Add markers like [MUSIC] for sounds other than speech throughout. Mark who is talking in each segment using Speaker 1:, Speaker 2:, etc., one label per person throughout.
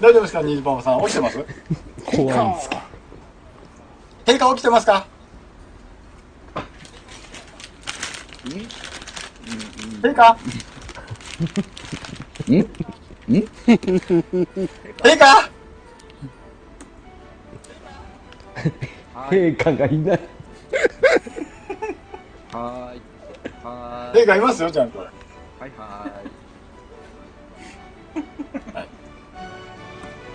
Speaker 1: 大丈夫ですか、ニジパパさん。起きてます
Speaker 2: 怖いんですけど
Speaker 1: 陛下起きてますか陛下
Speaker 3: んん
Speaker 1: 陛下
Speaker 2: [LAUGHS] 陛下がいない
Speaker 4: はーい。はーい。
Speaker 1: 陛下いますよ、ちゃんと。
Speaker 4: はいは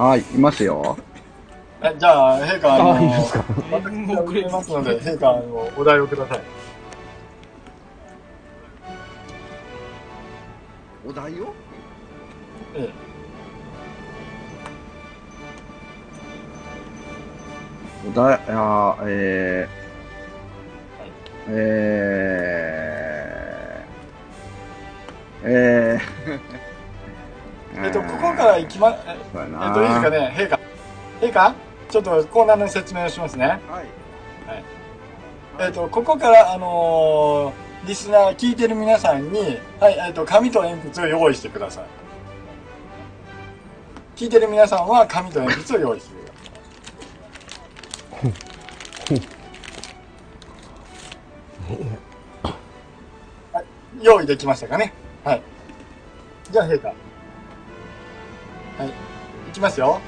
Speaker 3: はい、いますよ。
Speaker 1: えじゃあ、陛下、あ
Speaker 2: あいいですか
Speaker 1: 私が送りますので、陛下、あの、お題をください。
Speaker 3: お題を
Speaker 1: え
Speaker 3: お題、あーえー、えー、えー、
Speaker 1: ええっと、ここから行きま、え
Speaker 3: そうやな
Speaker 1: えっと、いいですかね、陛下。陛下ちょっとコーナーの説明をしますね。
Speaker 3: はい。
Speaker 1: えっと、ここから、あのーリスナー、聞いてる皆さんに、はい、えっと、紙と鉛筆を用意してください。聞いてる皆さんは紙と鉛筆を用意してください。用意できましたかねはい。じゃあ、陛下。はい。いきますよ。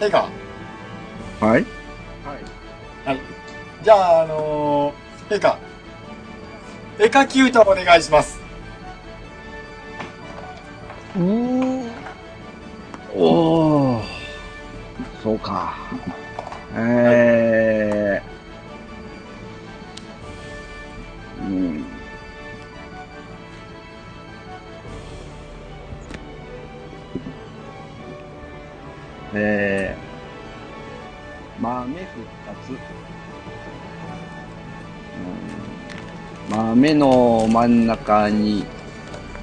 Speaker 1: 陛下。
Speaker 3: はい。
Speaker 1: じゃあ、あのー、陛下。絵描き歌お願いします。
Speaker 2: うーんおー
Speaker 3: そうか。えー、うん。えー、豆復活。うん、豆の真ん中に、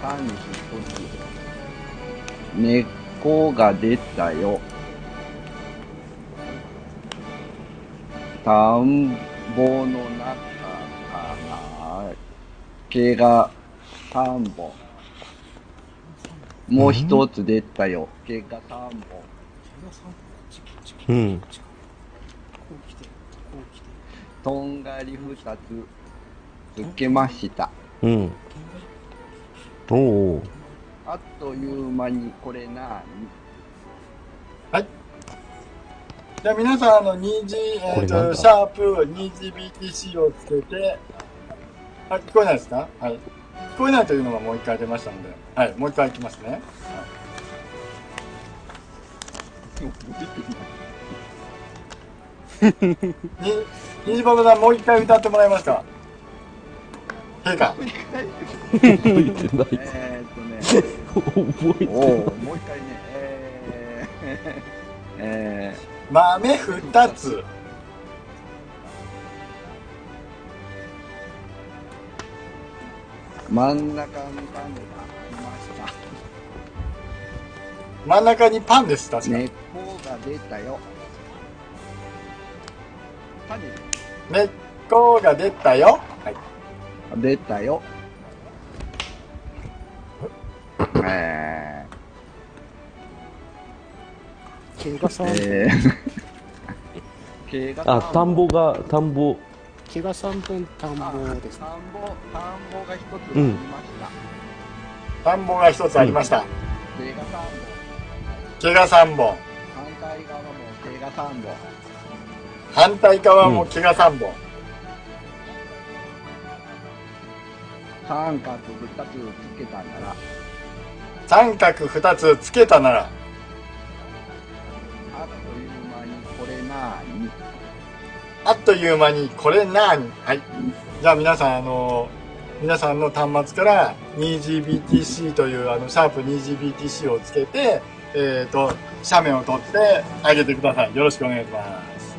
Speaker 3: 単一つ。根っこが出たよ。田んぼの中から毛が3本。もう一つ出たよ。毛が3本。
Speaker 2: うん
Speaker 3: とんがり2つつけました。
Speaker 2: うんおお
Speaker 3: あっという間にこれな
Speaker 1: じゃあ、皆さん、あの、2時、えっ
Speaker 2: これなん
Speaker 1: と、
Speaker 2: だ
Speaker 1: シャープ 2GBTC をつけて、あ、聞こえないですかはい。聞こえないというのがもう一回出ましたので、はい、もう一回いきますね。に、にじばばさん、もう一回歌ってもらえますか陛下。
Speaker 2: 覚えてない
Speaker 3: えーっとね。
Speaker 2: 覚えてない
Speaker 3: おお、もう一回ね。えー、え
Speaker 1: 豆二つ。
Speaker 3: ー、真ん中に種がいました。
Speaker 1: 真ん中にパンです、確か。
Speaker 3: 根
Speaker 1: に
Speaker 3: っこが出たよ。種
Speaker 1: 根っこが出たよ。はい。
Speaker 3: 出たよ。え
Speaker 5: 毛がさ
Speaker 3: ー、
Speaker 5: ん、
Speaker 3: えー、毛が
Speaker 2: あ田んぼが田んぼ
Speaker 5: 毛が三本田ん
Speaker 3: 田んぼ
Speaker 5: ぼですね。
Speaker 3: 田んぼ田んぼが一つありました。
Speaker 1: 田んぼが一つありました。
Speaker 3: 毛が田んぼ。
Speaker 1: 毛が三本。
Speaker 3: 反対側も毛が田んぼ。
Speaker 1: 反対側も毛が三本。
Speaker 3: 三角二つつけたんだら、
Speaker 1: 三角二つつけたなら、
Speaker 3: あっという間にこれなーに。
Speaker 1: あっという間にこれなーに。はい。じゃあ皆さん、あの、皆さんの端末から 2GBTC という、あの、シャープ 2GBTC をつけて、えっ、と、斜面を取ってあげてください。よろしくお願いします。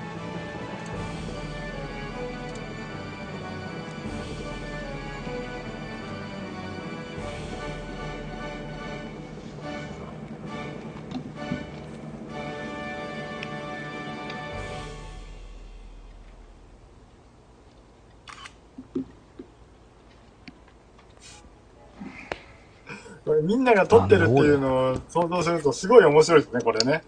Speaker 1: これみんなが撮ってるっていうのを想像するとすごい面白いですね、これ
Speaker 2: [LAUGHS]
Speaker 1: ね。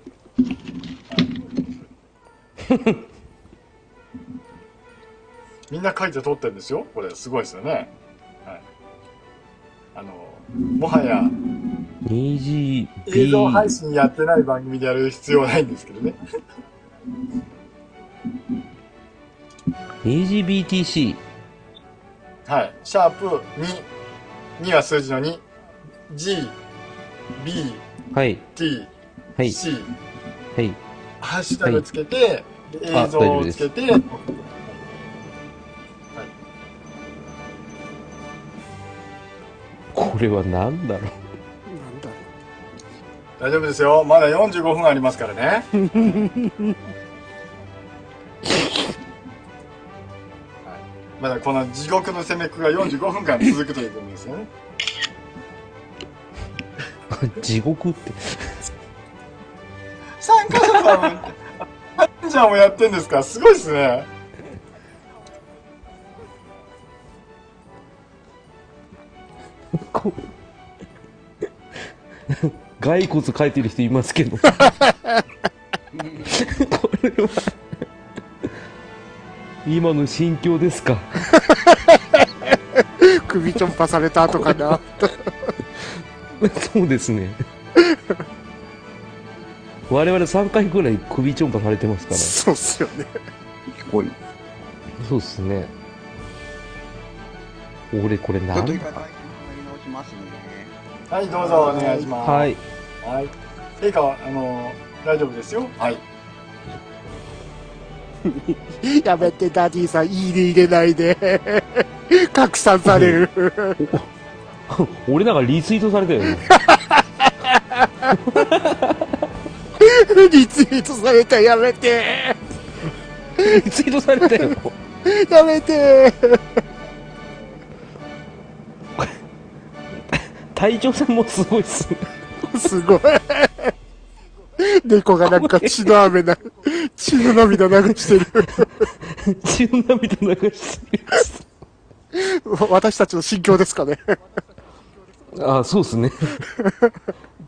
Speaker 1: みんな書いて撮ってるんですよ。これすごいですよね。はい。あの、もはや
Speaker 2: 2GB
Speaker 1: 映像配信やってない番組でやる必要はないんですけどね。
Speaker 2: 2GBTC
Speaker 1: はい。シャープ2。2は数字の2。G、B、
Speaker 2: はい、
Speaker 1: T、
Speaker 2: はい、
Speaker 1: C。
Speaker 2: はい。
Speaker 1: ハッシュタグつけて、
Speaker 2: あ
Speaker 1: 映像をつけて、はい。
Speaker 2: これは何だろう
Speaker 5: なんだろ
Speaker 1: 大丈夫ですよ。まだ45分ありますからね。はいまだこの地獄の攻め苦が45分間続くということですよね。
Speaker 2: 地獄って。
Speaker 1: 参加者さんも、あんちゃんもやってんですかすごいですね。
Speaker 2: こ [LAUGHS] 骸骨書いてる人いますけど。これは。今の心境ですか。
Speaker 5: う。首ちょんぱされた後かな。
Speaker 2: そうですね。我々3回ぐらい首ちょんぱされてますから。
Speaker 5: そうっすよね。
Speaker 3: 聞こえる。
Speaker 2: そうですね。俺これ
Speaker 3: ちょ
Speaker 2: な
Speaker 3: っと
Speaker 2: ん
Speaker 3: 一回やり直しますね。
Speaker 1: はい、どうぞお願いします。
Speaker 2: はい。
Speaker 1: はい。陛下は、あの、大丈夫ですよ。はい。
Speaker 5: やめて、ダディさん、いいね入れないで。拡散される。
Speaker 2: 俺なんかリツイートされたよね。
Speaker 5: リツイートされた、やめて。
Speaker 2: リツイートされたよ。
Speaker 5: やめて。
Speaker 2: 隊長さんもすごいっすね。
Speaker 5: すごい。猫がなんか血の雨な、血の涙流してる。
Speaker 2: 血の涙流してる。
Speaker 5: 私たちの心境ですかね。
Speaker 2: あそうですね。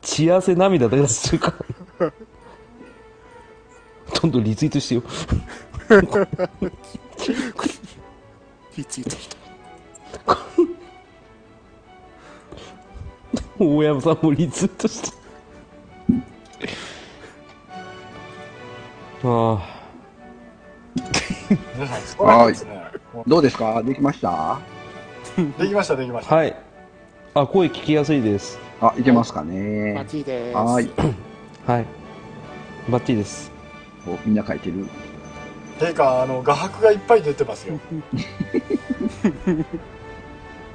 Speaker 2: 血汗涙出してるから。どんどんリツイートしてよ。
Speaker 5: リツイートした。
Speaker 2: 大山さんもリツイートして。あ
Speaker 1: 皆さん、すごかったですね。も
Speaker 3: どうですかできました
Speaker 1: うできました、できまし
Speaker 2: あ、
Speaker 1: た。
Speaker 2: はい。あ、声聞きやすいです。
Speaker 3: あ、いけますかね
Speaker 5: マ。ジです。
Speaker 3: はーい。
Speaker 2: はい。バッチリです。
Speaker 3: おみんな書いてる。
Speaker 1: 陛下、あの、画伯がいっぱい出てますよ。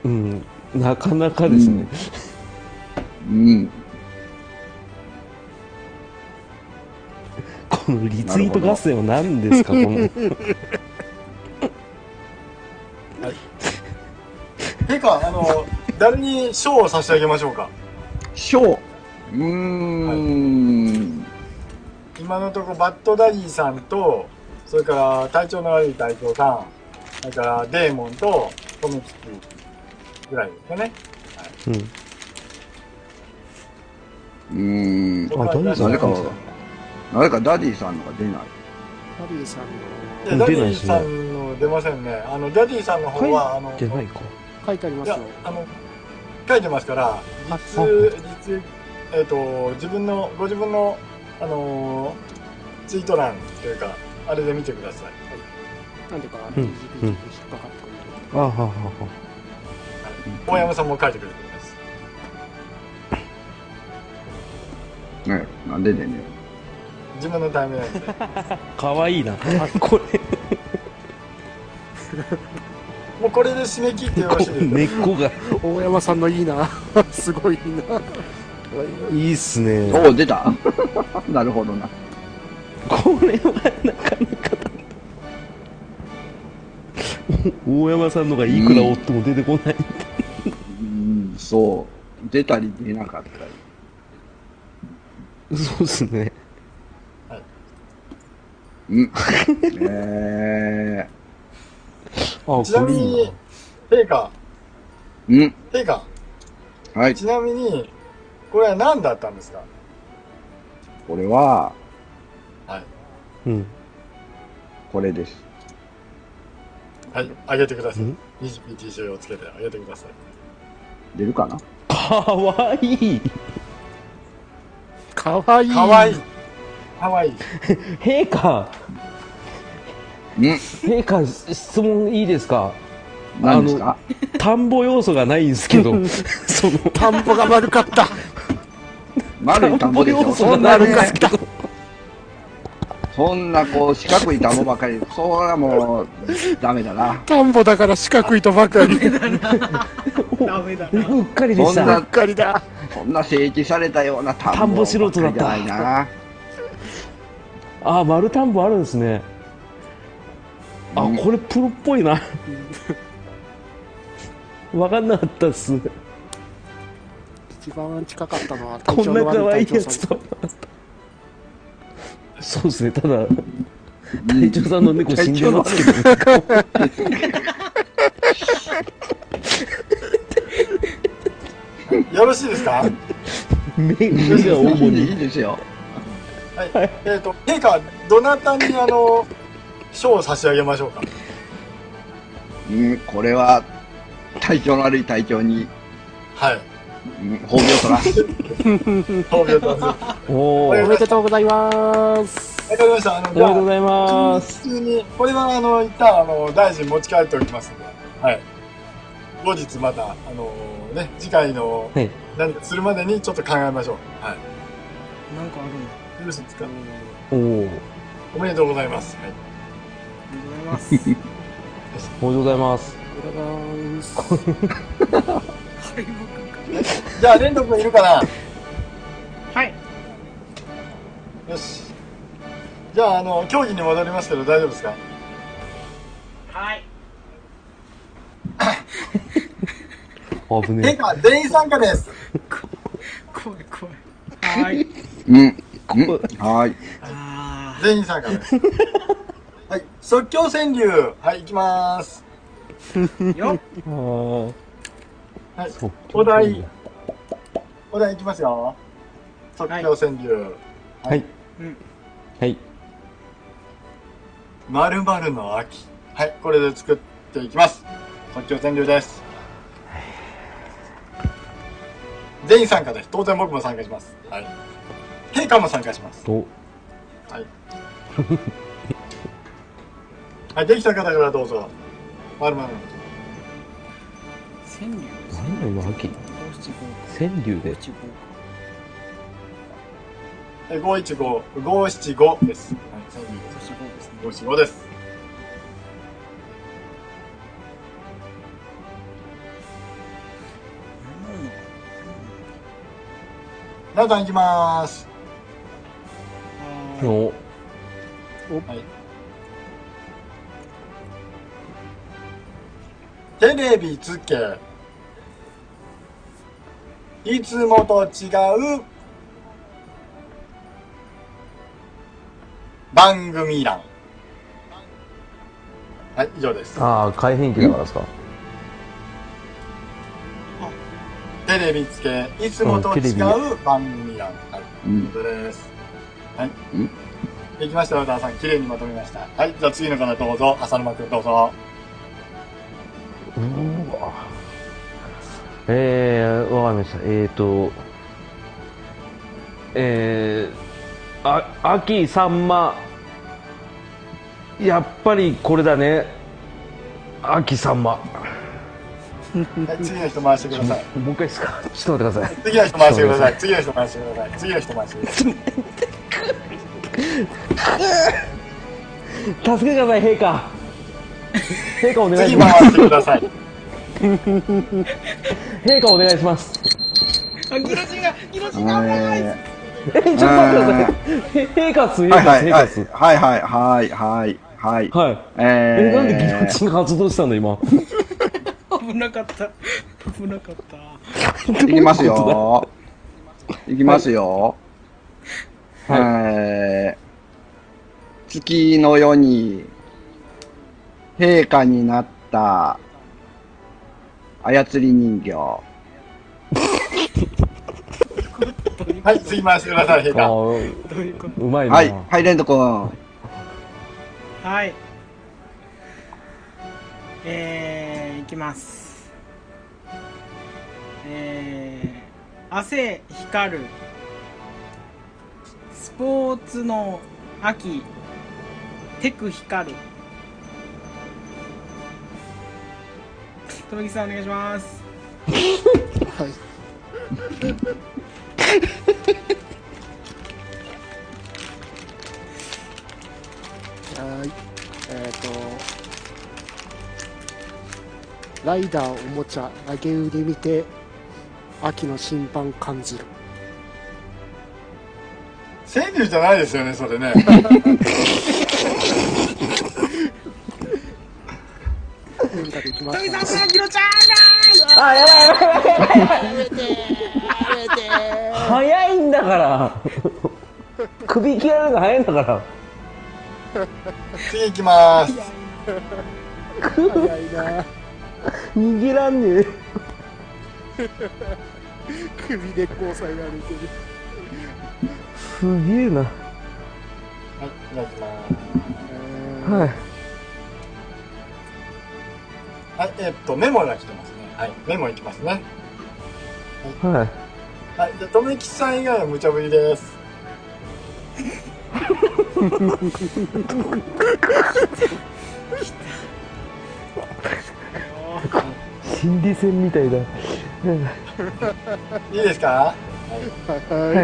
Speaker 2: うん。なかなかですね。
Speaker 3: うん。
Speaker 2: このリツイート合戦は何ですか、こ [LAUGHS] の。
Speaker 1: 陛下、あの、誰に賞を差し上げましょうか
Speaker 3: ショー。うーん。
Speaker 1: 今のところバッドダディさんとそれから体調の悪い隊長さんそれからデーモンとトミキキぐらいですかね
Speaker 2: うん。
Speaker 3: うーん。
Speaker 2: あダディさん
Speaker 1: 誰
Speaker 3: 誰かは、誰かダディさんのが出ない。
Speaker 5: ダディさんの
Speaker 1: ダディさんの出ませんねあのダディさんの方はあの
Speaker 2: じゃないか。
Speaker 5: 書いてありま
Speaker 1: い
Speaker 5: すよ
Speaker 1: や。あの書いてますから
Speaker 5: あ
Speaker 1: 実実えっ、と自分のご自分のあのーツイート欄というかあれで見てください
Speaker 5: なんでか
Speaker 2: う
Speaker 5: LGBT
Speaker 2: んう
Speaker 5: に
Speaker 2: ん
Speaker 5: 引っかかってくる。
Speaker 2: あははは
Speaker 1: 大山さんも書いてくれてます
Speaker 3: ね、なんででね。
Speaker 1: 自分のタイムラインで
Speaker 2: かわいいな。 [LAUGHS] これ。
Speaker 1: もうこれで締め切ってよろしいですか
Speaker 2: 根っ [LAUGHS] こが
Speaker 5: 大山さんのいいな。すごいいいな。
Speaker 2: いいっすね
Speaker 3: おお、出た [LAUGHS] なるほどな。
Speaker 2: これはなかなかだ大山さんのがいくら追っても出てこない、
Speaker 3: うーん、そう。出たり出なかったり。
Speaker 2: そうっすね
Speaker 3: うん。え
Speaker 2: あ
Speaker 1: ちなみに陛下
Speaker 3: ー、うん。
Speaker 1: 陛下
Speaker 3: はい。
Speaker 1: ちなみに、これは何だったんですか
Speaker 3: これは、
Speaker 2: うん。
Speaker 3: これです。
Speaker 1: はい、あげてください
Speaker 2: ん。
Speaker 1: 20PTC をつけてあげてください。
Speaker 3: 出るかな
Speaker 2: かわいい。
Speaker 5: かわいい。
Speaker 1: かわいい。かわいい。
Speaker 2: 陛下、
Speaker 3: ね
Speaker 2: 陛下、質問いいですか
Speaker 3: 何ですか
Speaker 2: 田んぼ要素がないんですけ [LAUGHS] ど、その、
Speaker 5: 田んぼが悪か [LAUGHS] った。
Speaker 3: 丸い田んぼでし
Speaker 2: 田んぼ
Speaker 3: ょ
Speaker 2: 要素
Speaker 3: そ
Speaker 2: が
Speaker 3: んな
Speaker 2: ないん
Speaker 3: ね
Speaker 2: ですけど、
Speaker 3: そんなこう四角い田んぼばかり、それはもうダメだな。
Speaker 5: 田んぼだから四角いとばかり。う
Speaker 6: ダメだな。
Speaker 2: うっかりでし
Speaker 3: そ
Speaker 2: た
Speaker 3: んな。
Speaker 5: っかりだ。
Speaker 3: そんな整地されたような田んぼ
Speaker 2: 田んぼ素人だった
Speaker 3: ばかりじゃないな。
Speaker 2: あー、丸田んぼあるんですね。あ、これプロっぽい
Speaker 6: [LAUGHS]
Speaker 2: な。わかんなかったっす。
Speaker 5: 一番近かったのは、
Speaker 2: こんな可愛いやつ
Speaker 5: 体調の
Speaker 2: と。
Speaker 5: 悪
Speaker 2: そうですね、ただ、隊長さんの猫死んでますけど、
Speaker 1: よろしいですか
Speaker 2: 目目が主
Speaker 6: [LAUGHS]
Speaker 3: いい
Speaker 2: に。
Speaker 3: ですよ。
Speaker 1: はい。えっ、と、陛下、どなたにあの、賞を差し上げましょうか。
Speaker 3: うん、これは、体調の悪い体調に、
Speaker 2: [LAUGHS]
Speaker 1: はい。
Speaker 3: うん、褒美を取らす。
Speaker 1: 褒美をどうぞわか
Speaker 2: お
Speaker 5: さん
Speaker 2: ー
Speaker 5: おめでとうございます。
Speaker 1: りました。あの、
Speaker 2: お
Speaker 1: じゃあ、普通に、
Speaker 2: めでとうございます。
Speaker 1: これはあの、一旦、あの、大臣持ち帰っておきますので、はい。後日また、あのね、次回の
Speaker 2: はい、
Speaker 1: 何かするまでにちょっと考えましょう。はい。
Speaker 6: なんかあるの。
Speaker 1: よろしいです
Speaker 6: あ
Speaker 1: か
Speaker 6: り
Speaker 2: おお、
Speaker 1: おめでとうございます。はい。
Speaker 6: がとうございます。
Speaker 2: おめでとうございます。
Speaker 1: じゃあ、連くんいるかな
Speaker 6: はい。
Speaker 1: よし。じゃあ、あの、競技に戻りますけど、大丈夫ですか
Speaker 6: はい。
Speaker 2: あぶ
Speaker 1: 陛
Speaker 2: ね
Speaker 1: 下、全員参加です。
Speaker 6: 怖い怖い。はい。
Speaker 3: うん、うん、はーい。
Speaker 6: あ
Speaker 1: 全員参加
Speaker 2: [LAUGHS]
Speaker 1: です。はい、即興川柳、はい、行きます。
Speaker 6: ーよっ。
Speaker 2: え。あー
Speaker 1: はい、
Speaker 2: そう
Speaker 1: お題お題行きますよ。即興川柳。
Speaker 2: はい
Speaker 6: うん。
Speaker 2: はい。
Speaker 1: まるまるの秋。はい、これで作っていきます。即興川柳です。全員参加です。当然僕も参加します。はい。陛下も参加します。
Speaker 2: と、
Speaker 1: はい、できた方からどうぞ。まるまる。
Speaker 6: 川柳。
Speaker 2: 何々の秋
Speaker 6: どうしてこう
Speaker 2: 川柳
Speaker 6: どう
Speaker 2: で
Speaker 6: し。てこう
Speaker 1: え、五一五、五七五です。はい、川柳です
Speaker 6: どうしてこ
Speaker 1: 五七五
Speaker 6: うですね。
Speaker 1: です。皆さん行きます。
Speaker 6: うんあ
Speaker 2: の、
Speaker 1: テレビつけ。いつもと違う番組欄。はい、以上です。
Speaker 2: ああ、改変期だからですか。
Speaker 1: テレビつけ、いつもと違う番組欄。はい、と
Speaker 3: う、
Speaker 1: いうんことです。はい
Speaker 3: うん。
Speaker 1: できましたよ、ダーさん。綺麗にまとめました。はい、じゃあ次の方どうぞ。浅沼くんどうぞ。
Speaker 2: うーわ。えー、わかりました。えーと、えー、あ、秋さんま、やっぱりこれだね。秋さんま。
Speaker 1: はい、次の人回してください。
Speaker 2: もう一回ですかちょっと待ってください。
Speaker 1: 次の人回してください。次の人回してください。次の人回してください。
Speaker 2: 助けてください、陛下。陛下お願いし
Speaker 1: 次
Speaker 2: ま
Speaker 1: 回
Speaker 2: [LAUGHS] す。
Speaker 1: してください。
Speaker 2: 陛下お願いします。
Speaker 6: ギロチンがギロチンが危ない。
Speaker 3: え
Speaker 2: え、ちょっと待ってください。陛下っす、陛
Speaker 3: ーは
Speaker 2: 下っ
Speaker 3: いは
Speaker 2: す、
Speaker 3: い
Speaker 2: 陛下
Speaker 3: は
Speaker 2: っ
Speaker 3: い
Speaker 2: す。
Speaker 3: はいはいはいはいはい。
Speaker 2: はい。
Speaker 3: え
Speaker 2: え、なんでギロ
Speaker 3: ー、
Speaker 2: チンが発動したんだ、今。
Speaker 6: 危なかった。危なかった。
Speaker 3: いきます [LAUGHS] よ。いきますよ。
Speaker 2: はい
Speaker 3: えー、月のように、陛下になった、操り人形。
Speaker 1: はい、次回してください、陛下。
Speaker 2: あ
Speaker 6: どういうこと
Speaker 2: うまいな、
Speaker 3: はい、はい、レント君。
Speaker 6: はい。えー、いきます。えー、汗光る。スポーツの秋。テク光る。と木さんお願いします。
Speaker 5: はい。はい。えっ、と。ライダーおもちゃ投げ売り見て。秋の審判感じる。
Speaker 1: 川柳じゃないですよね、そ [LAUGHS] れね。
Speaker 5: 何かできま
Speaker 6: と木
Speaker 5: し
Speaker 6: さ
Speaker 5: た
Speaker 6: ん、。さひろちゃん
Speaker 2: 早いんだから首切られるの早いんだから
Speaker 1: 次行きます。
Speaker 5: 早いな。
Speaker 2: 逃げらんねえ
Speaker 5: 首で交際られてる。
Speaker 2: すげえな
Speaker 1: はい、じゃあ行きます。
Speaker 2: はい
Speaker 1: はい、えっと、メモが来てますね。はい、メモいきますね。
Speaker 2: はい
Speaker 1: はい、じゃあ、とめきさん以外は無茶ぶりです。
Speaker 2: 心理戦みたいだ
Speaker 1: いいですか
Speaker 5: はい。はい。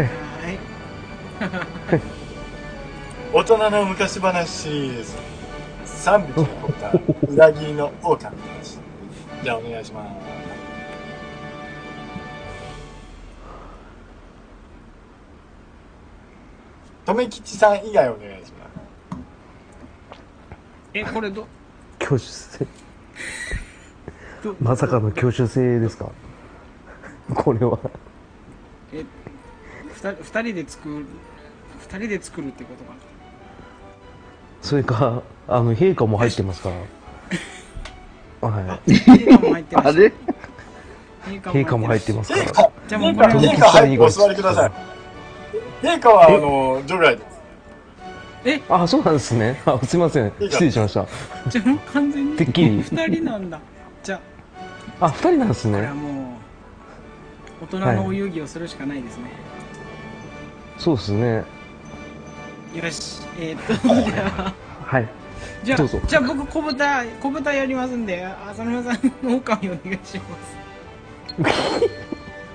Speaker 6: はい。
Speaker 1: 大人の昔話シリーズ。3匹の子が裏切りの狼の話。じゃあ、お願いします。とめきちさん以外お願いします。
Speaker 6: え、これど、
Speaker 2: 挙手制
Speaker 6: ど
Speaker 2: まさかの挙手制ですかこれは
Speaker 6: え、二人二人で作る、二人で作るってことか。
Speaker 2: それかあの陛下も入ってますからはい
Speaker 6: 陛下も入ってま
Speaker 3: あ
Speaker 6: す。
Speaker 3: れ
Speaker 2: 陛下も入って
Speaker 6: す
Speaker 2: ますか
Speaker 1: 陛
Speaker 2: ら
Speaker 1: 下
Speaker 6: じゃあもう
Speaker 1: 陛
Speaker 6: こ
Speaker 1: 下
Speaker 6: れは
Speaker 1: 陛下早くお座りください。陛下は、あの、除外です。
Speaker 2: あそうなんですねあすいません失礼しました
Speaker 6: じゃあもう完全に
Speaker 2: てっきり
Speaker 6: 二人なんだじゃ
Speaker 2: あ二人なんです
Speaker 6: あこれは
Speaker 2: ね
Speaker 6: もう大人のお遊戯をするしかないですね、
Speaker 2: そうですね
Speaker 6: よしえー、っとじゃあ
Speaker 2: はい
Speaker 6: じゃ
Speaker 2: どうぞ
Speaker 6: あじゃあ僕小豚小豚やりますんで浅沼さんのおかみお願いします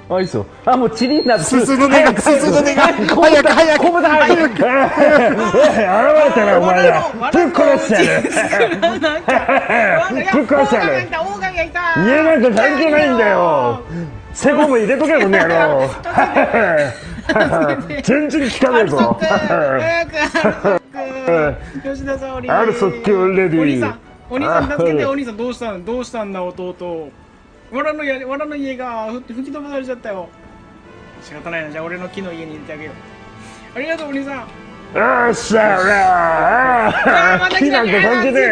Speaker 2: あいいっすよあもうチリになって
Speaker 5: 進むねが、進むねが。早く早く。
Speaker 2: 小豚入る現れたなお前らぶっ殺してやる
Speaker 6: なんか
Speaker 2: ぶっ壊してやる
Speaker 6: 狼がいた狼がいた
Speaker 2: 家なんか関係ないんだよセコム入れとけよこの野郎全然聞かねえ
Speaker 6: 早
Speaker 2: ぞ
Speaker 6: く早く吉田沙保里
Speaker 2: ある即興レディー
Speaker 6: お兄さんお兄さん助けてお兄さんどうしたんどうしたんだ弟わらのやわらの家がふ吹き飛ばされちゃったよ仕方ないなじゃあ俺の木の家に入れてあげようありがとうお兄さんあ
Speaker 2: あっしゃ
Speaker 6: ーま
Speaker 2: ら
Speaker 6: た
Speaker 2: 木
Speaker 6: 来
Speaker 2: な
Speaker 6: た
Speaker 2: んか関係ねえ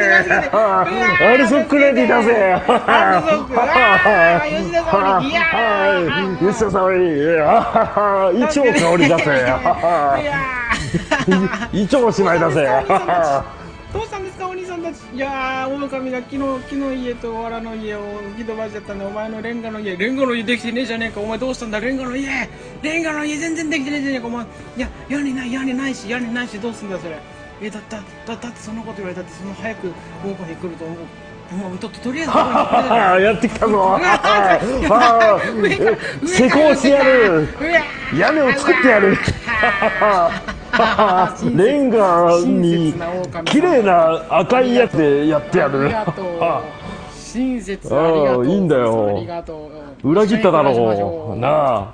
Speaker 2: アルソックレディだぜ
Speaker 6: アルソックあー吉田沙
Speaker 2: [LAUGHS]
Speaker 6: 保里いや
Speaker 2: はい
Speaker 6: ー
Speaker 2: 吉田沙保里一応香りだ [LAUGHS]
Speaker 6: い
Speaker 2: ぜ
Speaker 6: やー
Speaker 2: 一応おしまいだぜ
Speaker 6: どうしたんですかお兄さんたちいやー狼が木の木の家と藁の家を吹き飛ばしちゃったんだお前のレンガの家レンガの家できてねえじゃねえかお前どうしたんだレンガの家レンガの家全然できてねえじゃねえかお前いや屋根ない屋根ないし屋根ないしどうすんだよそれえだっただだってそんなこと言われたってその早く狼に来ると思うもうとととりあえずここに来て
Speaker 2: ああやってきたぞ
Speaker 6: うわー
Speaker 2: ああ
Speaker 6: 上から
Speaker 2: 施工してやる
Speaker 6: うわー
Speaker 2: 屋根を作ってや [LAUGHS] るレンガ
Speaker 6: 親
Speaker 2: に
Speaker 6: 切な狼
Speaker 2: 綺麗な赤いやつでやってや
Speaker 6: あ
Speaker 2: る
Speaker 6: りがとう。親切あり
Speaker 2: あ
Speaker 6: がとう。
Speaker 2: ーいいんだよ
Speaker 6: ありがとう。
Speaker 2: 裏切っただ
Speaker 6: 一緒に暮しましょ
Speaker 2: ろ
Speaker 6: う
Speaker 2: うなあ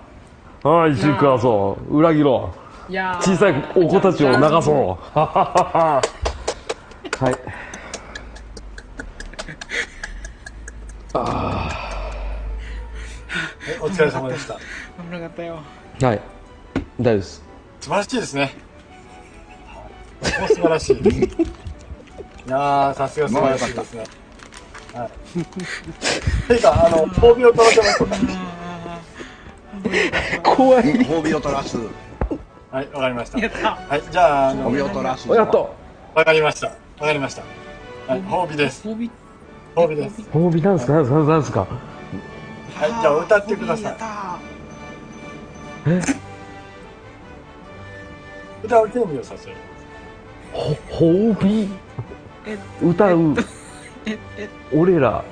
Speaker 2: ああ一緒に暮らそう裏切ろう
Speaker 6: いやー
Speaker 2: 小さいお子たちを流そうはは [LAUGHS] はははい
Speaker 1: はいお疲れ様でした。
Speaker 6: 危なかったよ。
Speaker 2: はい大丈夫です
Speaker 1: 素晴らしいですね。もう素晴らしい。いやー、さすが素晴らしいですね。はい。ていうか、あの、褒美を取らせましょうか。
Speaker 6: あー
Speaker 2: 怖い
Speaker 3: 褒美を取らす。
Speaker 1: はい、わかりました。
Speaker 6: やった
Speaker 1: はい、じゃあ、あ
Speaker 3: 褒
Speaker 1: の
Speaker 3: 美、を取らす。
Speaker 2: おやっ。と
Speaker 1: わかりました。わかりました。はい、褒美です。
Speaker 6: 褒美
Speaker 1: 褒美です。
Speaker 2: 褒美なんですかなんですかなんですか
Speaker 1: はい、じゃあ、歌ってください。
Speaker 6: い
Speaker 1: 歌う権利をさせる。
Speaker 2: ほ褒美
Speaker 6: え
Speaker 2: 歌う
Speaker 6: ええ
Speaker 2: 俺ら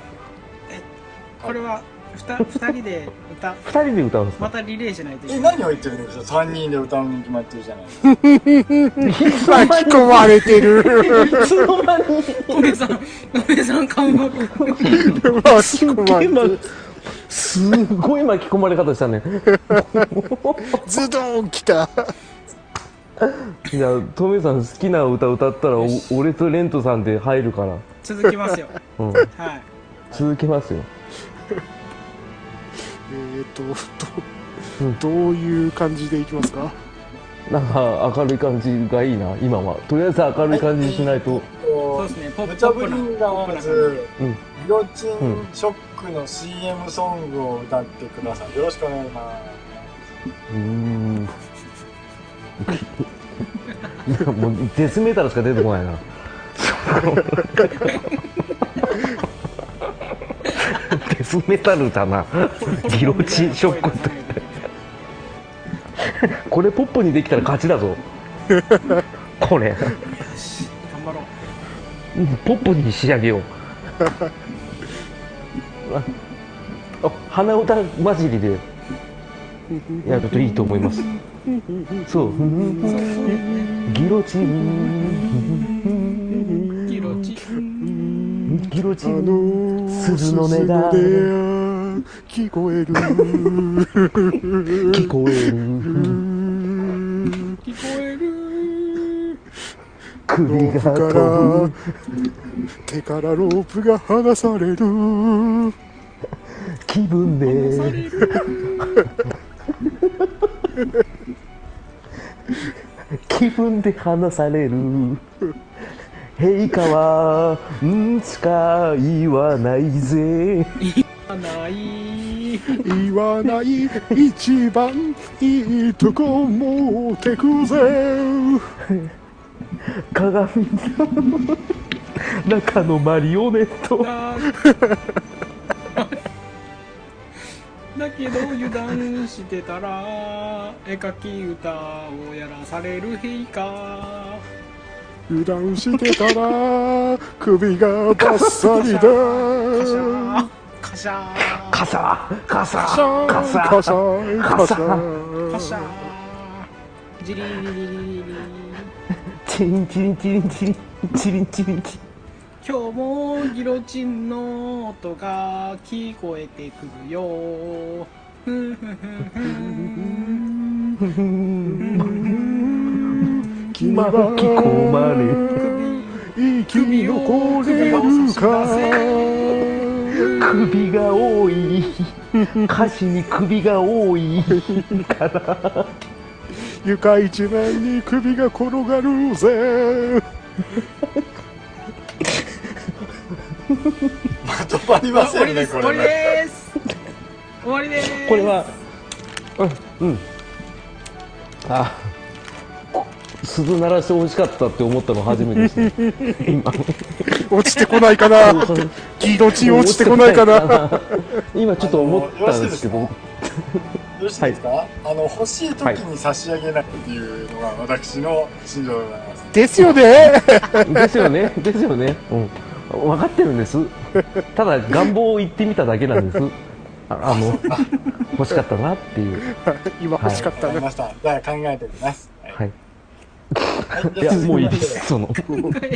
Speaker 6: これはふた二人で歌
Speaker 2: 二人で歌うんです
Speaker 6: ま
Speaker 2: か
Speaker 6: たリレーしないといけ
Speaker 1: え、
Speaker 6: ない
Speaker 1: 何を言ってるんですか三人で歌うに決まってるじゃないです
Speaker 5: 巻き込まれてる。
Speaker 2: いつの間に
Speaker 6: トメさんトメさん感は
Speaker 5: 巻き込まれて
Speaker 2: 今
Speaker 5: る。
Speaker 2: すごい巻き込まれ方したね
Speaker 5: ズドン来た。
Speaker 2: いやトメさん好きな歌歌ったらお俺とレントさんで入るから、
Speaker 6: 続きますよ
Speaker 2: うん、
Speaker 6: はい
Speaker 2: 続きますよ
Speaker 5: えーと、ど、どういう感じでいきますか
Speaker 2: なんか明るい感じがいいな今はとりあえず明るい感じにしないと、
Speaker 6: そう
Speaker 1: か
Speaker 6: ですねポ
Speaker 1: 無
Speaker 6: ッ
Speaker 1: 茶
Speaker 6: プポ
Speaker 1: ぶ
Speaker 6: ップな
Speaker 1: り
Speaker 6: ポップ
Speaker 1: がま
Speaker 6: な感
Speaker 1: ず、
Speaker 2: うん
Speaker 1: リオチンショックの CM ソングを歌ってください。よろしくお願いします。
Speaker 2: うーんなんかもうデスメタルしか出てこない [LAUGHS] なデスメタルだな
Speaker 6: じ
Speaker 2: ギロチンショックってこれポップにできたら勝ちだぞこれ
Speaker 6: 頑張ろう
Speaker 2: うんポップに仕上げようああ鼻歌混じりでやるといいと思いますそうギロチン
Speaker 6: ギロチン
Speaker 2: ギロチ
Speaker 5: あ
Speaker 2: ン
Speaker 5: のー、
Speaker 2: 鈴の音が
Speaker 5: 鈴の音が聞こえる。
Speaker 2: 聞こえる
Speaker 6: 聞こえる
Speaker 2: 首が
Speaker 5: か
Speaker 2: 飛ぶ
Speaker 5: ら、手からロープが離される。
Speaker 2: 気分
Speaker 6: さ
Speaker 2: で
Speaker 6: れる
Speaker 2: 気分で話される陛下はうんしか言わないぜ
Speaker 6: ない
Speaker 5: 言わない一番いいとこ持ってくぜ。
Speaker 2: 鏡の中のマリオネット
Speaker 6: だだけど油断してたら絵描き歌をやらされる陛下
Speaker 5: 油断してたら、首がバッサリだ。
Speaker 6: カシャーカシャー
Speaker 2: カサカサ
Speaker 5: カシャン
Speaker 2: カサ
Speaker 5: カシャンカシャン
Speaker 6: カシャージリリリリリリ
Speaker 2: チリンチリンチリンチリンチリンチリンチ
Speaker 6: 今日もギロチンの音が聞こえてくるよふんふんふんふん
Speaker 5: 君
Speaker 2: 巻き込まれ
Speaker 5: 生き残れるか
Speaker 2: 首が多い歌詞に首が多い
Speaker 5: 床一面に首が転がるぜ
Speaker 1: まとまりませ
Speaker 6: 終わ
Speaker 1: ん
Speaker 6: り
Speaker 1: ね、
Speaker 6: です
Speaker 1: こ
Speaker 6: 終わ
Speaker 1: れ
Speaker 6: り
Speaker 1: ね。
Speaker 6: です終わりです
Speaker 2: これはうんうんあこ鈴鳴らして欲しかったって思ったの初めてですね今
Speaker 5: 落ちてこないかなギロチン落ちてこないかな
Speaker 2: 今ちょっと思ったんです
Speaker 1: あ
Speaker 2: け
Speaker 1: の
Speaker 2: ど
Speaker 1: よよろしいですか、あの、欲しい時に差し上げないっていうのが私の心情でございます。
Speaker 5: ですよね
Speaker 2: ですよ [LAUGHS] ねですよね、うん、分かってるんですただ願望を言ってみただけなんです [LAUGHS] ああの欲しかったなっていう
Speaker 5: 今欲しかっ
Speaker 1: わ
Speaker 5: た
Speaker 1: かり
Speaker 5: な
Speaker 1: ました。じゃあ考えておきます。はい
Speaker 2: はい
Speaker 1: はい
Speaker 2: い
Speaker 1: じゃあ
Speaker 2: やもういいです [LAUGHS] その
Speaker 6: も
Speaker 2: い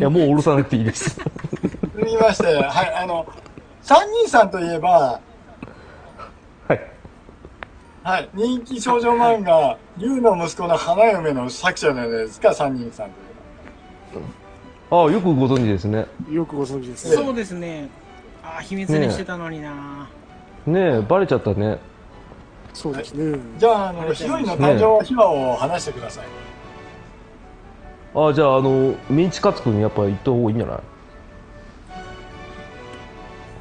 Speaker 2: やもう下ろさなくていいです
Speaker 1: 続きまして、はい、あの、三人さんといえば、
Speaker 2: [LAUGHS] はい
Speaker 1: はい、人気少女漫画、竜の息子の花嫁の作者じゃないですか、三人さんとい
Speaker 2: ああよくご存知ですね
Speaker 5: よくご存知で
Speaker 6: う
Speaker 5: す
Speaker 6: そうですねあー秘密にしてたのにな、
Speaker 2: ねえバレちゃったね
Speaker 5: そうですね
Speaker 1: えば。じゃあ、あの、ひよりの誕生は秘話を話してください。
Speaker 2: ああじゃああのメンチカツ君やっぱ行った方がいいんじゃない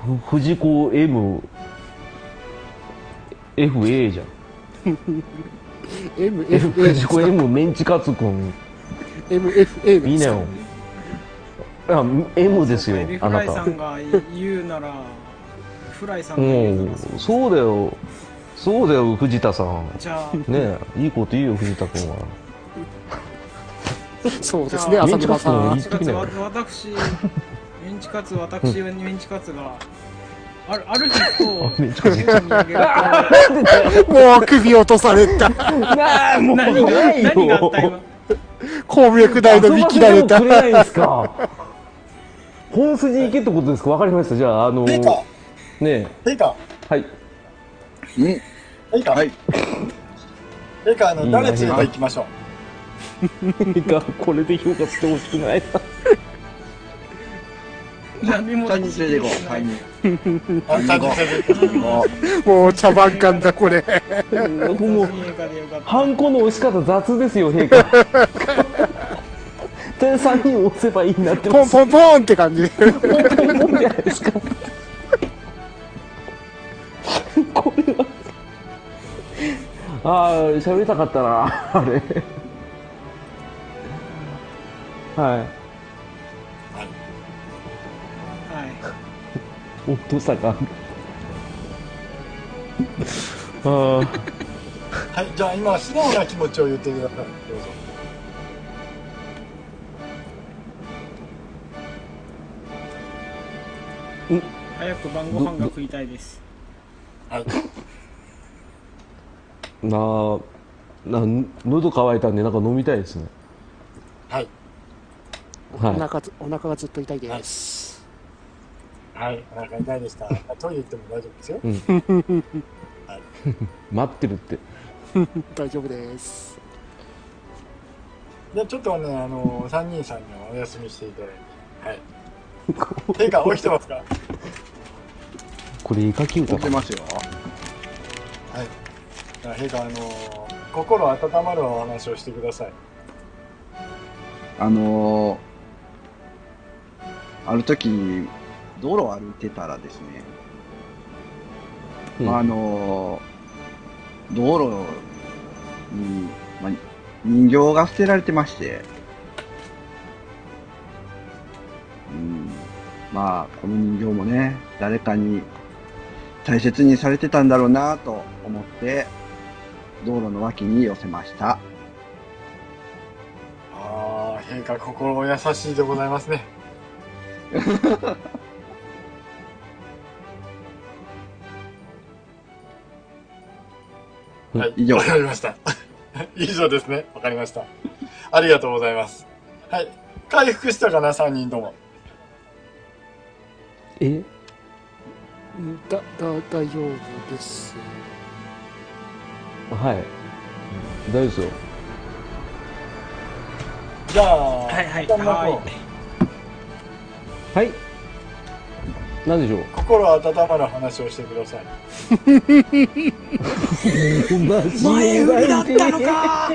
Speaker 2: ふ藤子 M FA じゃん
Speaker 5: MFA ですか
Speaker 2: FA メンチカツくん
Speaker 5: MFA
Speaker 2: いい
Speaker 5: で
Speaker 2: ね
Speaker 5: すか
Speaker 2: よあ M ですよ
Speaker 6: リフ
Speaker 2: あ
Speaker 6: ラ
Speaker 2: な
Speaker 6: イさ
Speaker 2: た
Speaker 6: んが言うなら、フライさんが
Speaker 2: も
Speaker 6: 言うな
Speaker 2: う
Speaker 6: らそう、
Speaker 2: そうだよそうだよ藤田さん
Speaker 6: じゃあ、
Speaker 2: ねえいいこと言うよ藤田君は
Speaker 5: そうですね
Speaker 6: あ
Speaker 5: 浅沼さ
Speaker 2: メン
Speaker 5: ん
Speaker 2: チ
Speaker 6: メンチカツわ私、メンチカツ、私、メンチカツが、あるある日と、
Speaker 2: [LAUGHS] メンチカ
Speaker 6: [LAUGHS]
Speaker 2: ツ
Speaker 6: 宇宙にあげると
Speaker 5: もう首落とされた
Speaker 2: なあもう
Speaker 6: 何が
Speaker 2: ないよ
Speaker 6: 何があった今
Speaker 5: 鉱脈大の見切られた
Speaker 2: 遊ばせてもくれないんですか本筋行けってことですかわかりましたじゃああの
Speaker 1: ペイカ
Speaker 2: ねえ
Speaker 1: ペイカ
Speaker 2: はい
Speaker 3: うん。
Speaker 1: ペイカ
Speaker 3: はい
Speaker 1: ペイカあの
Speaker 2: いいな
Speaker 1: 誰連れて行きましょう
Speaker 2: がこれで評価してほしくない
Speaker 6: 何も
Speaker 3: 3人連れて行こう。3人。
Speaker 1: あ三人連れて行きましょう
Speaker 5: もう茶番感だこれ
Speaker 2: なもう
Speaker 6: 家からでよかった
Speaker 2: ハンコの押し方雑ですよ陛下 [LAUGHS] 点3人押せばいいなって
Speaker 5: ポンポンポンって感じ
Speaker 2: 思うじゃないですかこれはああ喋りたかったなあ [LAUGHS] れはい
Speaker 6: はい
Speaker 2: おどうした
Speaker 3: [LAUGHS]
Speaker 2: かああ
Speaker 1: はいじゃあ今素直な気持ちを言ってくださいどうぞ
Speaker 6: 早く晩ご飯が食いたいです
Speaker 1: はい
Speaker 2: なあな喉乾いたんでなんか飲みたいですね
Speaker 1: はい
Speaker 5: お
Speaker 2: はい
Speaker 5: 腹ずお腹がずっと痛いです
Speaker 1: はいお腹痛いですかトイレ行っても大丈夫ですよ
Speaker 2: 待ってるって
Speaker 5: 大丈夫です
Speaker 1: じゃあちょっとねあの三人さんにはお休みしていただい
Speaker 3: [LAUGHS]
Speaker 1: てはいペイカ起きてますか
Speaker 2: これ絵描き歌
Speaker 3: 持ってますよ。
Speaker 1: はい。じゃあ、陛下、あのー心温まるお話をしてください。
Speaker 3: あのー、ある時、道路を歩いてたらですね、
Speaker 2: うん
Speaker 3: まあ、あのー、道路に、まあ、人形が捨てられてまして、うん、まあ、この人形もね、誰かに大切にされてたんだろうなと思って、道路の脇に寄せました。
Speaker 1: ああ、陛下、心お優しいでございます
Speaker 2: [LAUGHS]
Speaker 1: ね。はい、
Speaker 3: 以上
Speaker 1: わかりました。 [LAUGHS] 以上ですね。わかりました。ありがとうございます。はい。回復したかな、3人とも。
Speaker 2: え
Speaker 5: うんだだ大丈夫です
Speaker 2: はい大丈夫ですよ
Speaker 1: じゃあ、
Speaker 6: はいはい
Speaker 1: 旦那君
Speaker 6: は
Speaker 2: はいなん
Speaker 3: [LAUGHS]
Speaker 2: でしょう
Speaker 1: 心温まる話をしてください。
Speaker 2: 前売りだったのか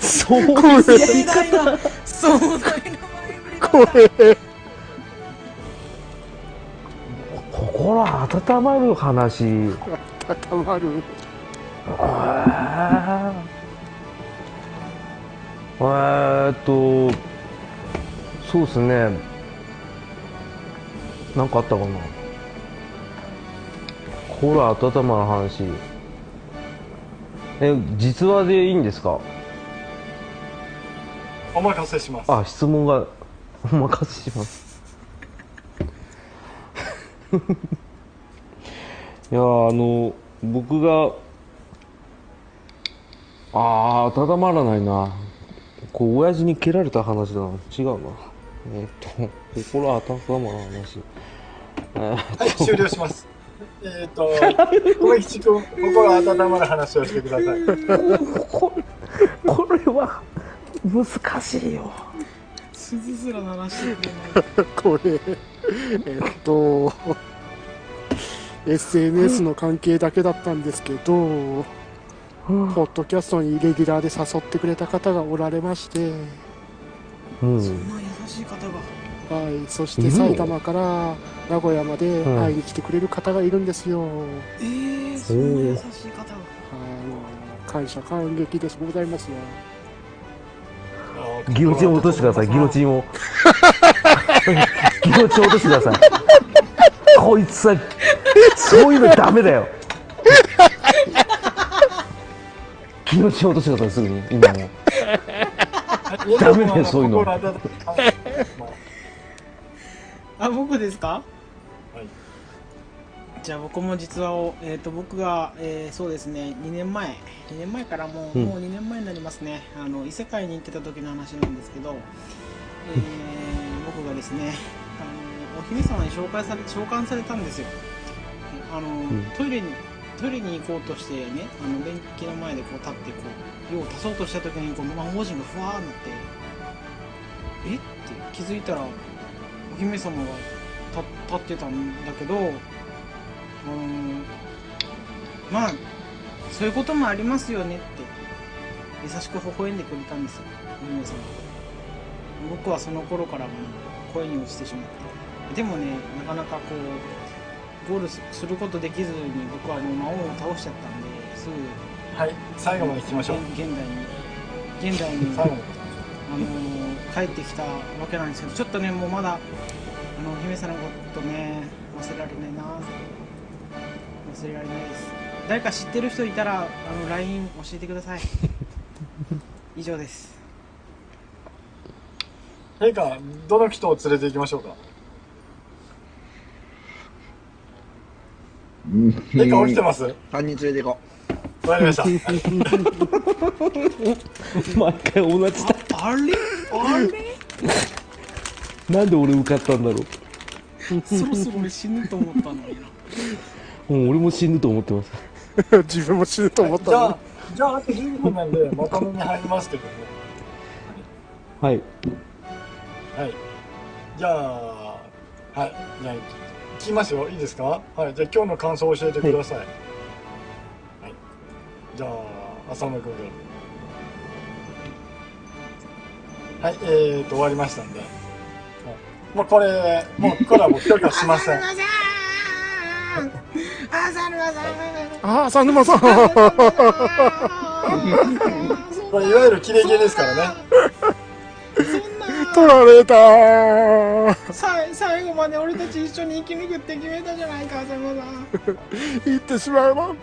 Speaker 2: そう
Speaker 5: これ
Speaker 6: 盛大な壮大な前振りだ
Speaker 5: これ
Speaker 2: 心温まる話
Speaker 5: 温まる
Speaker 2: あーえーっとそうですねなんかあったかな心温まる話え実話でいいんですか
Speaker 1: お任せします。
Speaker 2: あ、質問がお任せし [LAUGHS] ます。いやーあの僕がああ温まらないなこう親父に蹴られた話だな違うなえーっと心温まる話
Speaker 1: はい、終了します。えっ、ー、
Speaker 2: [LAUGHS]
Speaker 1: と、小吉君、心温まる話をしてください。
Speaker 2: これこれは難しいよ
Speaker 6: 鈴すら鳴らしてくれない
Speaker 5: これえっと SNS の関係だけだったんですけどポッドキャストにレギュラーで誘ってくれた方がおられまして
Speaker 2: うん
Speaker 6: そんな優しい方が
Speaker 5: はい、そして埼玉から名古屋まで
Speaker 2: うん
Speaker 5: 会いに来てくれる方がいるんですよ、はい
Speaker 6: えー、そんな優しい方が。
Speaker 5: もう感謝感激でございますよ
Speaker 2: [LAUGHS] ギロチンを落としてください、ギロチン [LAUGHS] を。ギロチンを落としてください。こいつさ、そういうのダメだよ。ギロチンを落としてください、すぐに、今もう。
Speaker 1: ン
Speaker 2: [LAUGHS] ダメだよそういうの
Speaker 6: [LAUGHS] あ、僕です
Speaker 1: は
Speaker 6: か
Speaker 1: い
Speaker 6: じゃあ僕も実話を、えっ、と、僕が、えーそうですね、2年前、2年前からもう、
Speaker 2: うん
Speaker 6: もう2年前になりますね、あの、異世界に行ってた時の話なんですけど、えー僕がですね、あの、お姫様に紹介され、召喚されたんですよ。あの、
Speaker 2: ん
Speaker 6: トイレに、トイレに行こうとしてね、あの、便器の前でこう立って、こう、用を足そうとした時に、こう、魔法陣がふわーになって、えって気づいたら、お姫様が立立ってたんだけど、あのまあそういうこともありますよねって優しく微笑んでくれたんですよお姫様僕はその頃からもう声に落ちてしまってでもねなかなかこうゴールすすることできずに僕はもう魔王を倒しちゃったんですぐ
Speaker 1: はい最後まで聞きましょう
Speaker 6: 現現代に現代に
Speaker 1: 最後まで
Speaker 6: あの帰ってきたわけなんですけどちょっとねもうまだあの姫さんのことね忘れられないな忘れられないです誰か知ってる人いたらあの LINE 教えてくだ [LAUGHS] さい以上です
Speaker 1: 陛下どの人を連れて行きましょう
Speaker 2: [LAUGHS]
Speaker 1: か陛下起きてます
Speaker 3: 3人連れて行こ
Speaker 1: わかりま
Speaker 2: [LAUGHS]
Speaker 1: した
Speaker 2: 毎回同じだ。
Speaker 6: あれあれ
Speaker 2: なんで俺受かったんだろ
Speaker 6: そろそろ俺死ぬと思ったのにな
Speaker 2: う。もう俺も死ぬと思ってます。
Speaker 5: [LAUGHS] 自分も死ぬと思っ
Speaker 1: じゃ
Speaker 5: た
Speaker 1: あじゃああと15分なんでまとめに入りますけども
Speaker 2: はい。
Speaker 1: はい。じゃあ、はい。じゃあ、聞きますよ。いいですかはい。じゃあ、今日の感想を教えてください。はい。じゃあ、浅野君が。はい。えーと、終わりましたんで。はいもうこれ、もうこれはもう許可しませ [LAUGHS] ん。
Speaker 6: [LAUGHS]
Speaker 5: ああー三沼さん [LAUGHS]
Speaker 1: これいわゆるキレキレです [LAUGHS] からね。
Speaker 5: 取られたー
Speaker 6: さ最後まで俺たち一緒に生き抜くって決めたじゃないか浅 [LAUGHS] 間さん
Speaker 5: 行ってしまいまっ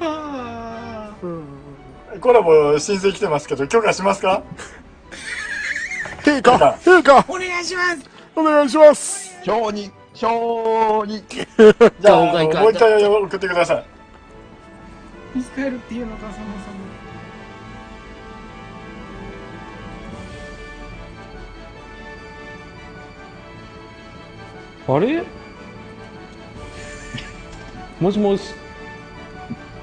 Speaker 5: た
Speaker 6: あー
Speaker 5: うん
Speaker 1: コラボ申請来てますけど、許可しますか
Speaker 5: 陛下陛下
Speaker 6: お願いします
Speaker 5: お願いします
Speaker 3: う。小児小児
Speaker 1: じゃあ、あのもう一回送ってください。
Speaker 6: 生き返るっていうのか浅間さんも
Speaker 2: あれもしもし。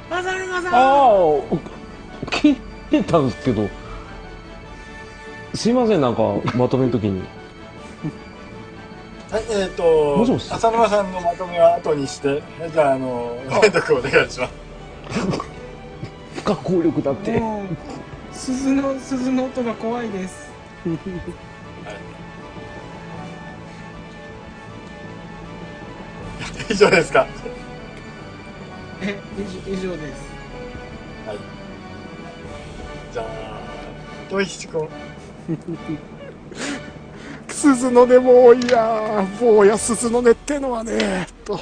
Speaker 6: 浅沼さん
Speaker 2: ああ、切れたんですけど。すいません、なんか、まとめの時に。
Speaker 1: はい、えっ、と、
Speaker 2: もしもし
Speaker 1: 浅沼さんのまとめは後にして、えじゃあ、あの、連読お願いします。
Speaker 2: 不可抗力だって。
Speaker 6: もう鈴の鈴の音が怖いです
Speaker 1: 以上ですか。
Speaker 6: え以上以上です
Speaker 1: じゃあ、どうひちくん。
Speaker 5: 鈴の音もういやー坊や鈴の音ってのはねと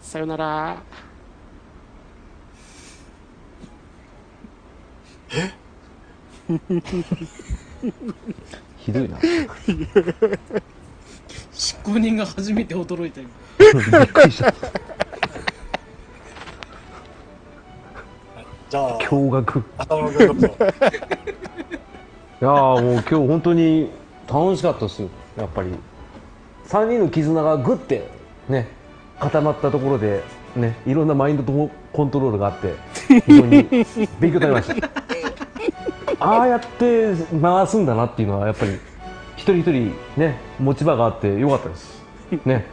Speaker 5: さよなら
Speaker 2: ひどいな。
Speaker 6: 執行人が初めて驚いたよ
Speaker 2: びっくりした。
Speaker 1: じゃあ、
Speaker 2: 驚愕。い
Speaker 1: 浅沼君どうぞ。
Speaker 2: やーもう今日本当に楽しかったですよ、やっぱり。3人の絆がグッて、ね、固まったところで、ね、いろんなマインドとコントロールがあって、非常に勉強になりました。ああやって回すんだなっていうのは、やっぱり、一人一人、ね、持ち場があってよかったです。ね。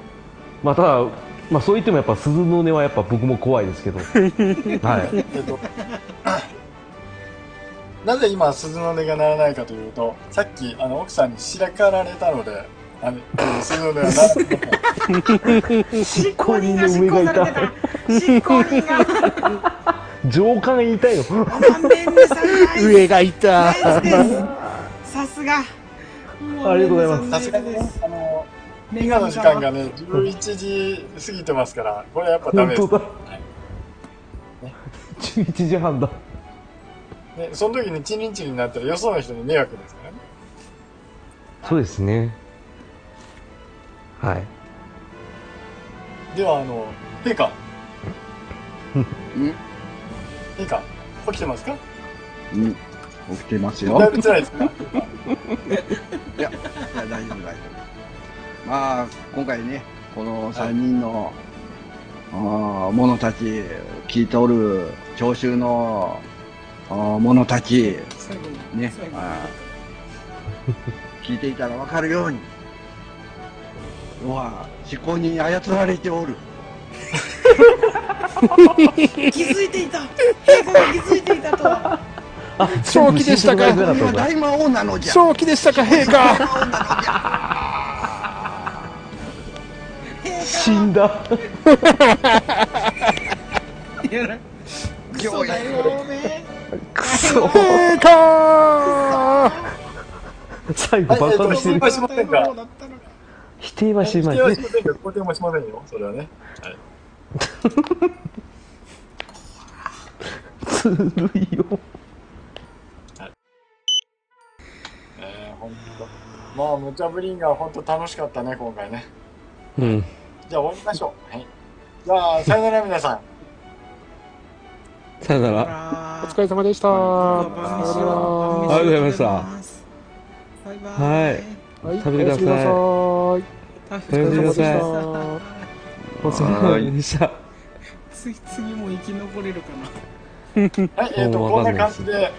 Speaker 2: まあ、ただ、まあ、そう言ってもやっぱ鈴の音はやっぱ僕も怖いですけど、はい。
Speaker 1: えっと。 [CLEARS THROAT] なぜ今鈴の音が鳴らないかというとさっきあの奥さんにしらかられたのであの鈴の音が鳴らない
Speaker 6: 執行人が執行されてた執行人 [LAUGHS] が
Speaker 2: 上官言いたいの
Speaker 6: ごめんなさい
Speaker 5: 上がいた。
Speaker 6: ナイスですさすが
Speaker 2: ありがとうございます
Speaker 1: さすがにねあの今の時間がね11時過ぎてますからこれやっぱダメで
Speaker 2: 本
Speaker 1: す
Speaker 2: 当だ
Speaker 1: はい
Speaker 2: 11時半だ
Speaker 1: ね、その時にチンリンチンになったらよその人に迷惑ですからね
Speaker 2: そうですねはい
Speaker 1: ではあのペカ
Speaker 3: ん
Speaker 1: ペカ起きてますか
Speaker 3: うん。起きてます [LAUGHS] よ。
Speaker 1: だいぶ辛いですか
Speaker 3: いや、いや大丈夫、大丈夫。まあ、今回ね、この3人の、あー者たち、聞いておる聴衆のあー者たち、
Speaker 6: 最後に
Speaker 3: ね
Speaker 6: 最後、に
Speaker 3: あー聞いていたらわかるように、要は、思考に操られておる。
Speaker 6: 気づいていた平子が気づいていたとは
Speaker 5: 正気でし
Speaker 2: 無視して
Speaker 5: たか
Speaker 2: もらえな
Speaker 3: 今、
Speaker 2: ったの
Speaker 3: 大魔王なのじゃ。
Speaker 5: 正気でしたか、陛下。
Speaker 2: [LAUGHS] 死んだ
Speaker 6: いやクソだよね
Speaker 2: クソ
Speaker 5: 陛下。
Speaker 2: 最後バカにしてる
Speaker 1: はいえっと失敗しませんか
Speaker 6: そうだったのか
Speaker 2: 否定はし
Speaker 1: 否
Speaker 2: ま
Speaker 1: 定は
Speaker 2: [LAUGHS] せ
Speaker 1: し
Speaker 2: ん
Speaker 1: ませんが肯定もしませんよそれはね
Speaker 2: ずるいよ
Speaker 1: えー、ほんとまあ無茶ぶりが本当楽しかったね今回ね
Speaker 2: うん
Speaker 1: じゃあ終わりましょうはいじゃあさよなら皆さん
Speaker 2: さよなら
Speaker 5: お
Speaker 6: あ
Speaker 5: 疲れ様でした。
Speaker 6: ー
Speaker 5: は
Speaker 2: ありがとうございま
Speaker 6: バイバ
Speaker 2: は
Speaker 6: イ
Speaker 2: い
Speaker 5: い
Speaker 2: 食べてください
Speaker 5: おやす
Speaker 2: 食
Speaker 5: みなさい。
Speaker 6: 食
Speaker 2: べてください
Speaker 5: お疲れ様でした
Speaker 2: お疲れ様でした
Speaker 6: 次次も生き残れるかな
Speaker 1: はいえっ、と
Speaker 2: もう
Speaker 1: こん
Speaker 2: わか
Speaker 1: なん
Speaker 2: ない
Speaker 1: 感
Speaker 2: です
Speaker 1: じで